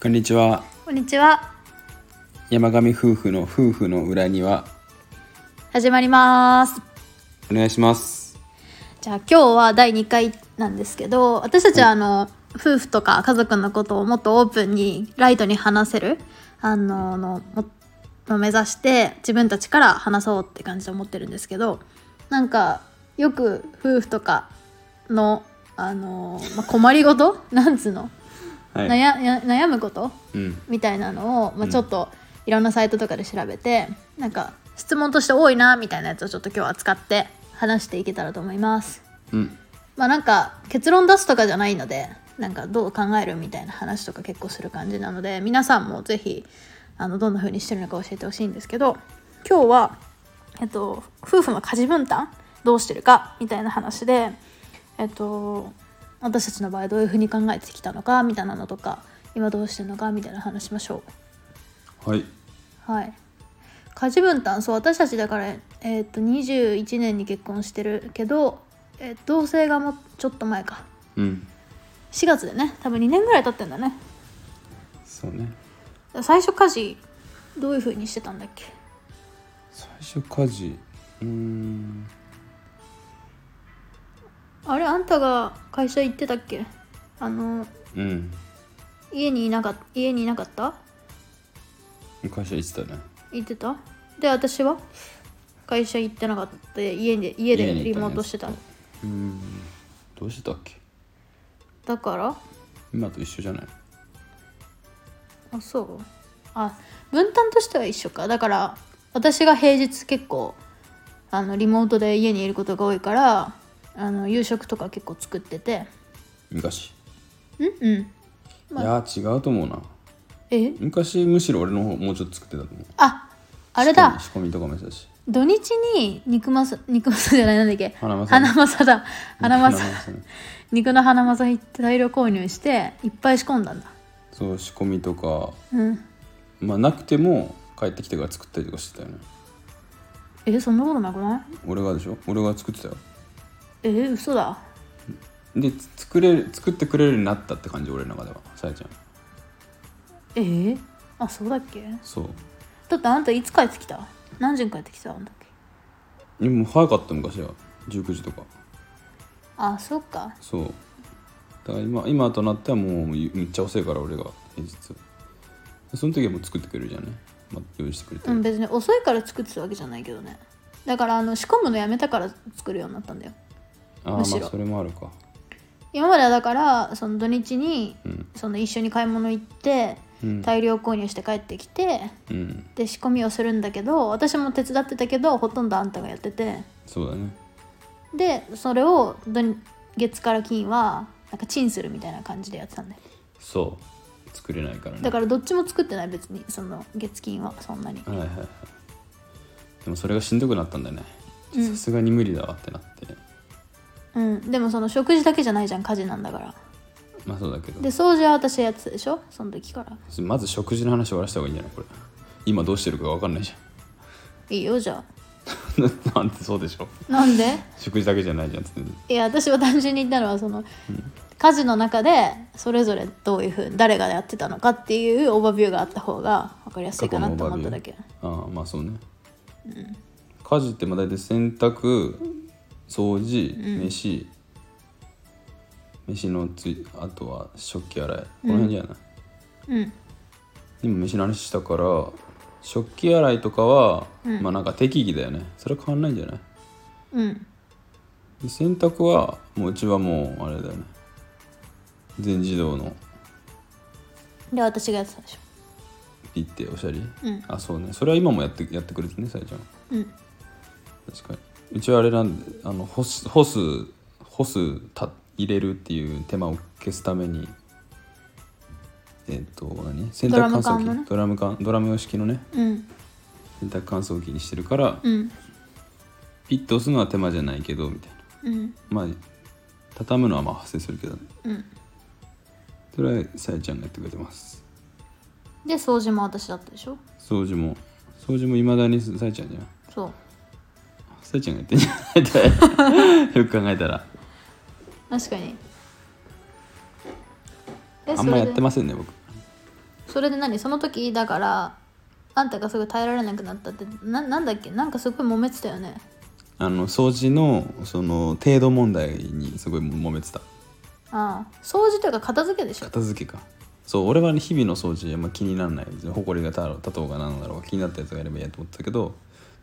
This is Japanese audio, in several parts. こんにちはこんにちは。山上夫婦の夫婦の裏には始まります。お願いしますじゃあ今日は第2回なんですけど、私たちはあの、夫婦とか家族のことをもっとオープンに、ライトに話せる、あの、の、もを目指して自分たちから話そうって感じで思ってるんですけど、なんか、よく夫婦とかの、あの、まあ、困りごと なんつうの、はい、悩や悩むことうん、みたいなのを、まうあ、んちょっといろんなサイトとかで調べて、なんか質問として多いなみたいなやつをちょっと今日は扱って話していけたらと思います。うん、まあなんか結論出すとかじゃないのでなんかどう考えるみたいな話とか結構する感じなので皆さんもぜひあのどんな風にしてるのか教えてほしいんですけど今日は、えっと、夫婦の家事分担どうしてるかみたいな話で、えっと、私たちの場合どういう風に考えてきたのかみたいなのとか今どうしてるのかみたいな話しましょう。はいはい家事分担そう私たちだから、えーっと21年に結婚してるけど、えー同棲がもうちょっと前かうん4月でね多分2年ぐらい経ってんだねそうね最初家事どういう風にしてたんだっけ最初家事うーんあれあんたが会社行ってたっけあのうん家にいなかっ家にいなかった会社行ってたね行ってたで私は会社行ってなかった家で家家でにいたねリモートしてたうーんどうしてたっけだから今と一緒じゃないあそうあ分担としては一緒かだから私が平日結構あのリモートで家にいることが多いからあの夕食とか結構作ってて昔、うんうんいやー違うと思うなえ昔むしろ俺の方もうちょっと作ってたと思うああれだ仕込み仕込みとかもしたし土日に肉まさ肉まさじゃないなんだっけ花まさ花まさだ花まささね肉の花まさ行って大量購入していっぱい仕込んだんだそう仕込みとかうんまあなくても帰ってきてから作ったりとかしてたよねえそんなことなくない俺がでしょ俺が作ってたよえ嘘だでつ作れる作ってくれるようになったって感じ俺の中ではさやちゃんえあそうだっけそうだってあんたいつ帰ってきた何時に帰ってきたんだっけでも早かった昔は19時とかあそっかそうだから今今となってはもうめっちゃ遅いから俺が平日その時はもう作ってくれるじゃんね、まあ、用意してくれてうる、ん別に遅いから作ってたわけじゃないけどねだからあの仕込むのやめたから作るようになったんだよああまあむしろそれもあるか今まではだからその土日にうんその一緒に買い物行ってうん大量購入して帰ってきてうんで仕込みをするんだけど私も手伝ってたけどほとんどあんたがやっててそうだねでそれを土月から金はなんかチンするみたいな感じでやってたんだよそう作れないからねだからどっちも作ってない別にその月金はそんなにはいはいはいでもそれがしんどくなったんだよねさすがに無理だわってなってうんでもその食事だけじゃないじゃん家事なんだからまあそうだけどで掃除は私やってたでしょその時からまず食事の話終わらせた方がいいんじゃないこれ今どうしてるか分かんないじいいよじゃゃん なんてそうでしょあな んで食事だけじゃないじゃんつっていや私は単純に言ったのはその、家事の中でそれぞれどういうふうに誰がやってたのかっていうオーバービューがあった方が分かりやすいかなと思っただけああまあそうね、家事ってまあ大体洗濯掃除、飯飯のついあとは食器洗いこの辺じゃない、うん今飯の話したから食器洗いとかは、まあなんか適宜だよねそれは変わんないんじゃないうんで洗濯はもううちはもうあれだよね全自動ので私がやってたでしピッておしゃれ、うんあそうねそれは今もやってやってくれてねさやちゃんょうん確かにうちはあれなんであの干す干す干すた入れるっていう手間を消すためにえっ、と何洗ドラ濯乾燥ム缶機のねドラム缶ドラム式のねうん洗濯乾燥機にしてるから、うんピッと押すのは手間じゃないけどみたいなうんまあ畳むのはまあ発生するけど、うんそれはさやちゃんがやってくれてますで掃除も私だったでしょ掃除も掃除もいまだにさやちゃんじゃんそうさえちゃんが言ってんじゃない ってよく考えたら確かにえあんまやってそれでませんね僕それで何その時だからあんたがすごい耐えられなくなったってななんだっけなんかすごい揉めてたよねあの掃除のその程度問題にすごい揉めてたああ掃除というか片付けでしょ片付けかそう俺はね日々の掃除あんま気にならない埃が立とう立とうが何だろうが気になったやつがいればいいやと思ってたけど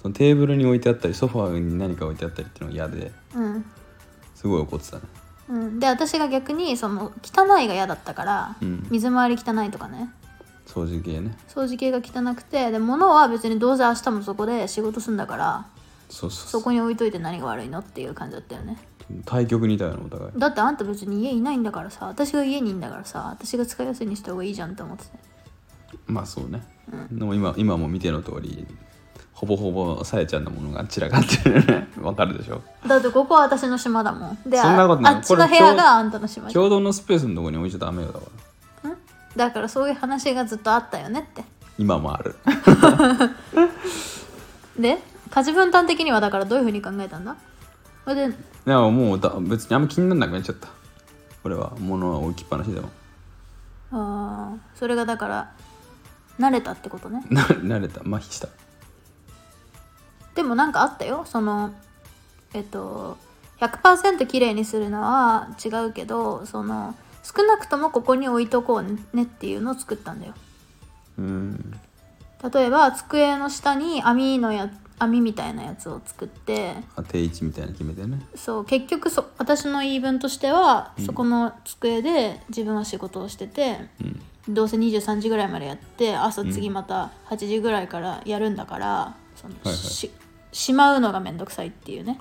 そのテーブルに置いてあったりソファーに何か置いてあったりっていうのが嫌でうん、すごい怒ってたねうん、で私が逆にその汚いが嫌だったから、うん水回り汚いとかね掃除系ね掃除系が汚くてで物は別にどうせ明日もそこで仕事すんだからそうそうそそうこに置いといて何が悪いのっていう感じだったよね対局にいたよなお互いだってあんた別に家いないんだからさ私が家にいんだからさ私が使いやすいにした方がいいじゃんって思っててまあそうね、でも今今も見ての通りほぼほぼさえちゃんのものが散らかってるねわかるでしょだってここは私の島だもんでそんなことないああっちこれの部屋があんたの島じゃん共同のスペースのとこに置いちゃダメよだからんだからそういう話がずっとあったよねって今もあ るで家事分担的にはだからどういうふうに考えたんだそれででももうだ別にあんま気にならなくなっちゃったこれは物は置きっぱなしでも あーそれがだから慣れたってことねな慣れた麻痺したでもなんかあったよそのえっと100%綺麗にするのは違うけどその少なくともここに置いとこうねっていうのを作ったんだようん例えば机の下に網のや網みたいなやつを作ってあ定位置みたいなの決めてねそう結局そ私の言い分としては、そこの机で自分は仕事をしてて、うんどうせ23時ぐらいまでやって朝次また8時ぐらいからやるんだから、そのいはいししまうのがめんどくさいっていうね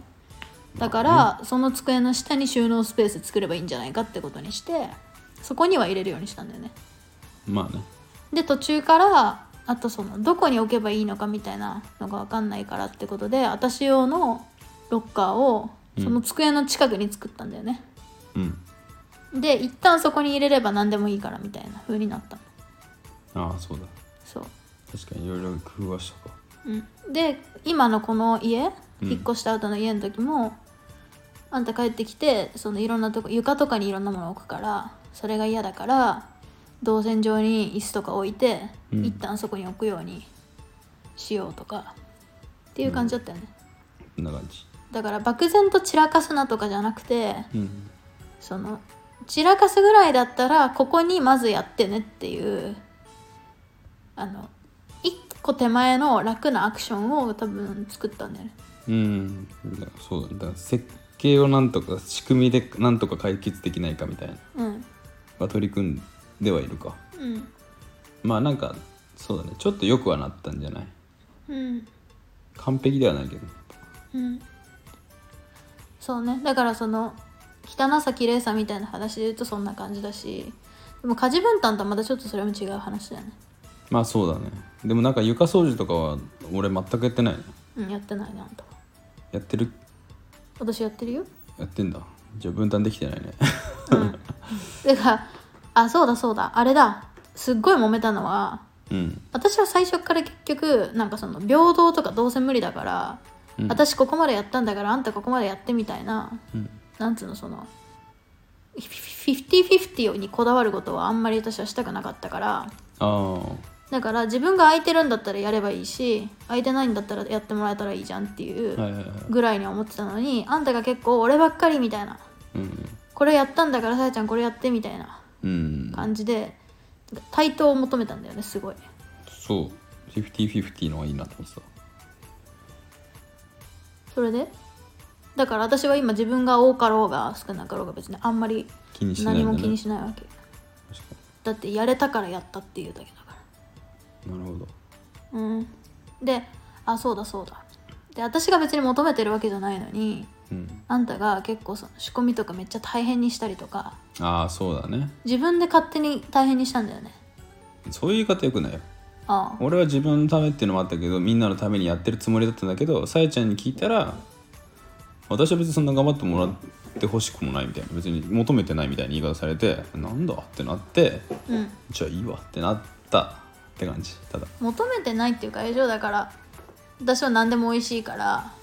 だから、その机の下に収納スペース作ればいいんじゃないかってことにしてそこには入れるようにしたんだよねまあねで途中からあとそのどこに置けばいいのかみたいなのが分かんないからってことで私用のロッカーをその机の近くに作ったんだよね、うんで一旦そこに入れれば何でもいいからみたいな風になったのああそうだそう確かにいろいろ工夫はしたかうん、で今のこの家うん引っ越した後の家の時も、あんた帰ってきてそのいろんなとこ床とかにいろんなもの置くからそれが嫌だから動線上に椅子とか置いて、うん一旦そこに置くようにしようとかっていう感じだったよね、こんな感じだから漠然と散らかすなとかじゃなくてうんその散らかすぐらいだったらここにまずやってねっていうあの一個手前の楽なアクションを多分作ったんだよねうんだからそうだねだから設計をなんとか仕組みでなんとか解決できないかみたいなうんは取り組んではいるかうんまあなんかそうだねちょっとよくはなったんじゃないうん完璧ではないけどうんそうねだからその汚さ綺麗さみたいな話で言うとそんな感じだしでも家事分担とはまたちょっとそれも違う話だよねまあそうだねでもなんか床掃除とかは俺全くやってないねうんやってないねあんたはやってる私やってるよやってんだじゃあ分担できてないねうんだからあそうだそうだあれだすっごい揉めたのは うん私は最初から結局なんかその平等とかどうせ無理だから、うん私ここまでやったんだからあんたここまでやってみたいな、うんなんつうのそのフィフティフィフティにこだわることはあんまり私はしたくなかったからああだから自分が空いてるんだったらやればいいし空いてないんだったらやってもらえたらいいじゃんっていはいうはいはいぐらいに思ってたのにあんたが結構俺ばっかりみたいなうんこれやったんだからさやちゃんこれやってみたいなうん感じで対等を求めたんだよねすごい。そう50-50の方がいいなと思ってたそれでだから私は今自分が多かろうが少なかろうが別にあんまり気にしないん何だもね気にしないわけ確かだってやれたからやったっていうだけだかになるほどらうんであそうだそうだで私が別に求めてるわけじゃないのにうんあんたが結構その仕込みとかめっちゃ大変にしたりとかああそうだね自分で勝手に大変にしたんだよねそういう言い方よくないよああ俺は自分のためっていうのもあったけどみんなのためにやってるつもりだったんだけどさやちゃんに聞いたら私は別にそんな頑張ってもらってほしくもないみたいな別に求めてないみたいな言い方されてなんだってなってうんじゃあいいわってなったって感じただ求めてないっていうか以上だから私は何でも美味しいから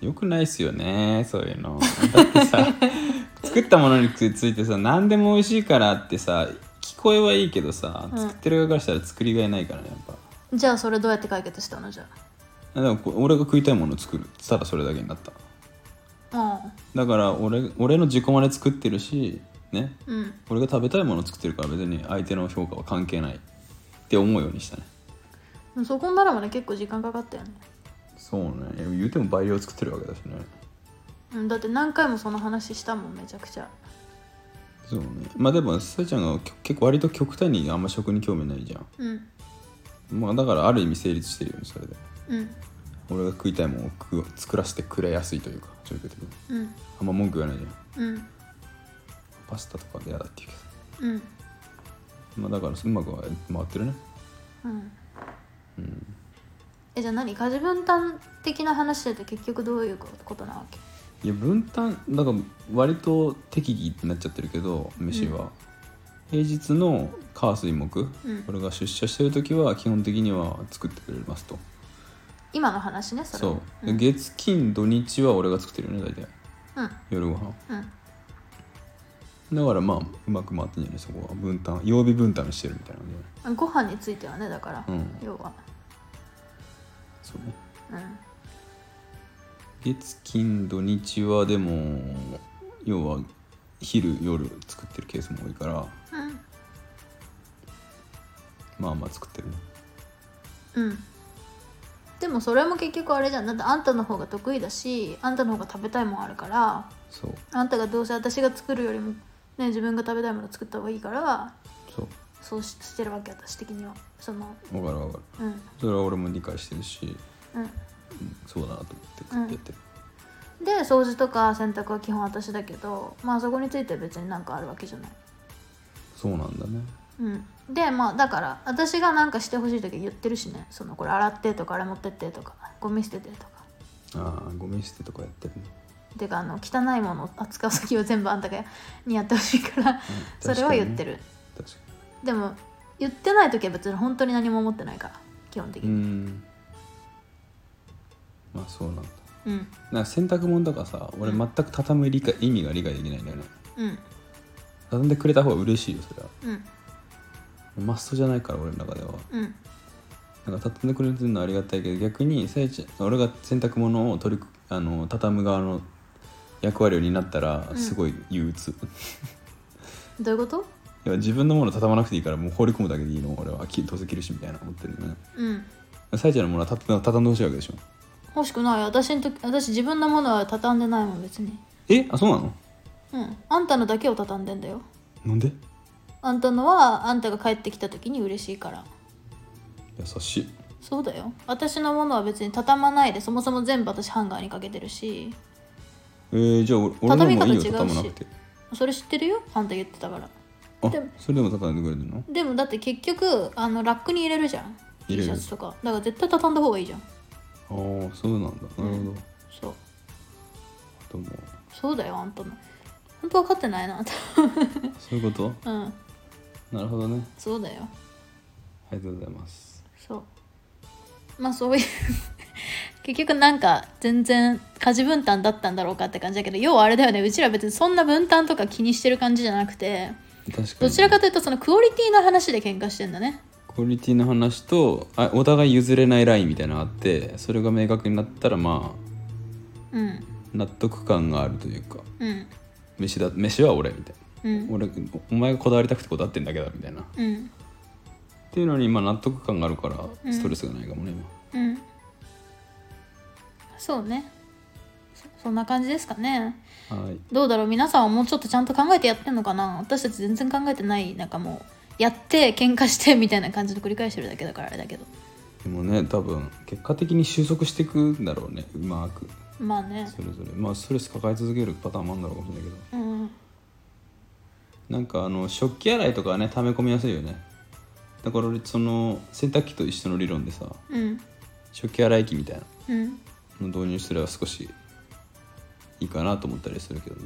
よくないっすよねそういうのだってさ 作ったものについてさ何でも美味しいからってさ聞こえはいいけどさうん作ってる側からしたら作りがいないからねやっぱじゃあそれどうやって解決したのじゃあでもこう俺が食いたいものを作るただそれだけになったあだから俺俺の自己まで作ってるしねうんうん俺が食べたいものを作ってるから別に相手の評価は関係ないって思うようにしたねでもそこになるまで結構時間かかったよね、そうね言うても倍量作ってるわけだしねうん、だって何回もその話したもんめちゃくちゃそうねまあでもさえちゃんがきょ結構割と極端にあんま食に興味ないじゃんうんまあだからある意味成立してるよねそれでうん俺が食いたいものを食う作らせてくれやすいというか状況的にうんあんま文句言わないじゃんうんパスタとかで嫌だって言ううんけどまあだからうまくは回ってるねうんえじゃあ何家事分担的な話って結局どういうことなわけいや分担だから割と適宜ってなっちゃってるけど飯は、平日の火水木、うん俺が出社してる時は基本的には作ってくれますと今の話ねそれそうう、ん月金土日は俺が作ってるよね大体うん夜ご飯うんだからまあうまく回ってんじゃないそこは分担曜日分担してるみたいなんでご飯についてはねだから、うん要は、そうねうん、月金土日はでも要は昼夜作ってるケースも多いからまあまあ作ってるねうんうんでもそれも結局あれじゃんだってあんたの方が得意だしあんたの方が食べたいもんあるからそうあんたがどうせ私が作るよりもね自分が食べたいもの作った方がいいからそうそうししてるわけ私的にはその分かる分かるうんそれは俺も理解してるし、うんうんそうだなと思って食ってやってる、で掃除とか洗濯は基本私だけどまあそこについては別になんかあるわけじゃないそうなんだねうんでまあだから私がなんかしてほしい時は言ってるしねそのこれ洗ってとかあれ持ってってとかゴミ捨ててとかああゴミ捨てとかやってるねてかあの汚いものを扱う先は全部あんたがにやってほしいから、それは言ってる、確かでも言ってない時は別に本当に何も思ってないから基本的にうにんまあそうなんだうんなんか洗濯物とかさ俺全く畳む理解意味が理解できないんだよねうん畳んでくれた方が嬉しいよそれはうんマストじゃないから俺の中ではうんなんか畳んでくれてるのはありがたいけど逆にさやちゃん俺が洗濯物を取りあの畳む側の役割を担ったらんすごい憂鬱、どういうこといや自分のもの畳まなくていいからもう放り込むだけでいいの俺はきどうせ着るしみたいな思ってるのねうんさやちゃんのものはた畳んでほしいわけでしょ欲しくない私の時私自分のものは畳んでないもん別にえあそうなのうんあんたのだけを畳んでんだよなんであんたのはあんたが帰ってきた時に嬉しいから優しいそうだよ私のものは別に畳まないでそもそも全部私ハンガーにかけてるしえー、じゃあ俺俺のもいいよ畳み方違うし畳まなくてそれ知ってるよあんた言ってたからあでもそれでも畳んでくれるのでもだって結局あのラックに入れるじゃん T 入れるシャツとかだから絶対畳んだ方がいいじゃんああそうなんだなるほど、そうどうもそうだよあんたの本当分かってない なそういうことうんなるほどねそうだよありがとうございますそうまあそう いう結局なんか全然家事分担だったんだろうかって感じだけど要はあれだよねうちら別にそんな分担とか気にしてる感じじゃなくて確かにどちらかというとそのクオリティの話で喧嘩してんだねクオリティの話とあお互い譲れないラインみたいなのがあってそれが明確になったらまあうん納得感があるというかうん飯だ飯は俺みたいなうん俺お前がこだわりたくてこだわってんだけだみたいなっうんていうのに今納得感があるからストレスがないかもね、今うんそうねそそんな感じですかねはいどうだろう皆さんはもうちょっとちゃんと考えてやってんのかな私たち全然考えてないなんかもうやって喧嘩してみたいな感じで繰り返してるだけだからあれだけどでもね多分結果的に収束していくんだろうねうまくまあねそれぞれまあストレス抱え続けるパターンもあるんだろうかもしれないけどうんなんかあの食器洗いとかはね溜め込みやすいよねだから俺その洗濯機と一緒の理論でさうん食器洗い機みたいなうんの導入すれば少しいいかなと思ったりするけどね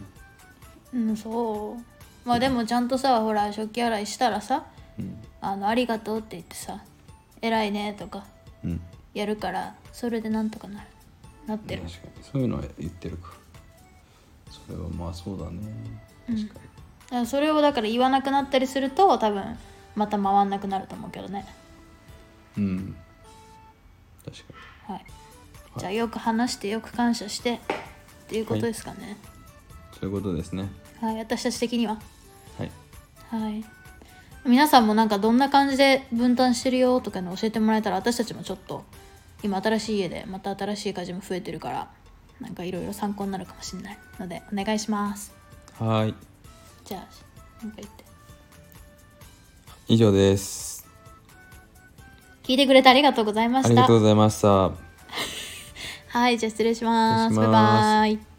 うんそうまあでもちゃんとさほら食器洗いしたらさうん「あのありがとう」って言ってさ「偉いね」とかうんやるからそれでなんとかなるなってる確かにそういうのは言ってるかそれはまあそうだね確かだからそれをだから言わなくなったりすると多分また回んなくなると思うけどねにうん、確かはい、じゃあよく話してよく感謝してっていうことですかねにそういうことですねはい、私たち的にははいはい皆さんもなんかどんな感じで分担してるよとかの教えてもらえたら私たちもちょっと今新しい家でまた新しい家事も増えてるからなんかいろいろ参考になるかもしれないのでお願いしますはーいじゃあなんか言って以上です聞いてくれてありがとうございまあしりたがとうございましたはいじゃあ失礼します失礼バイしますバイ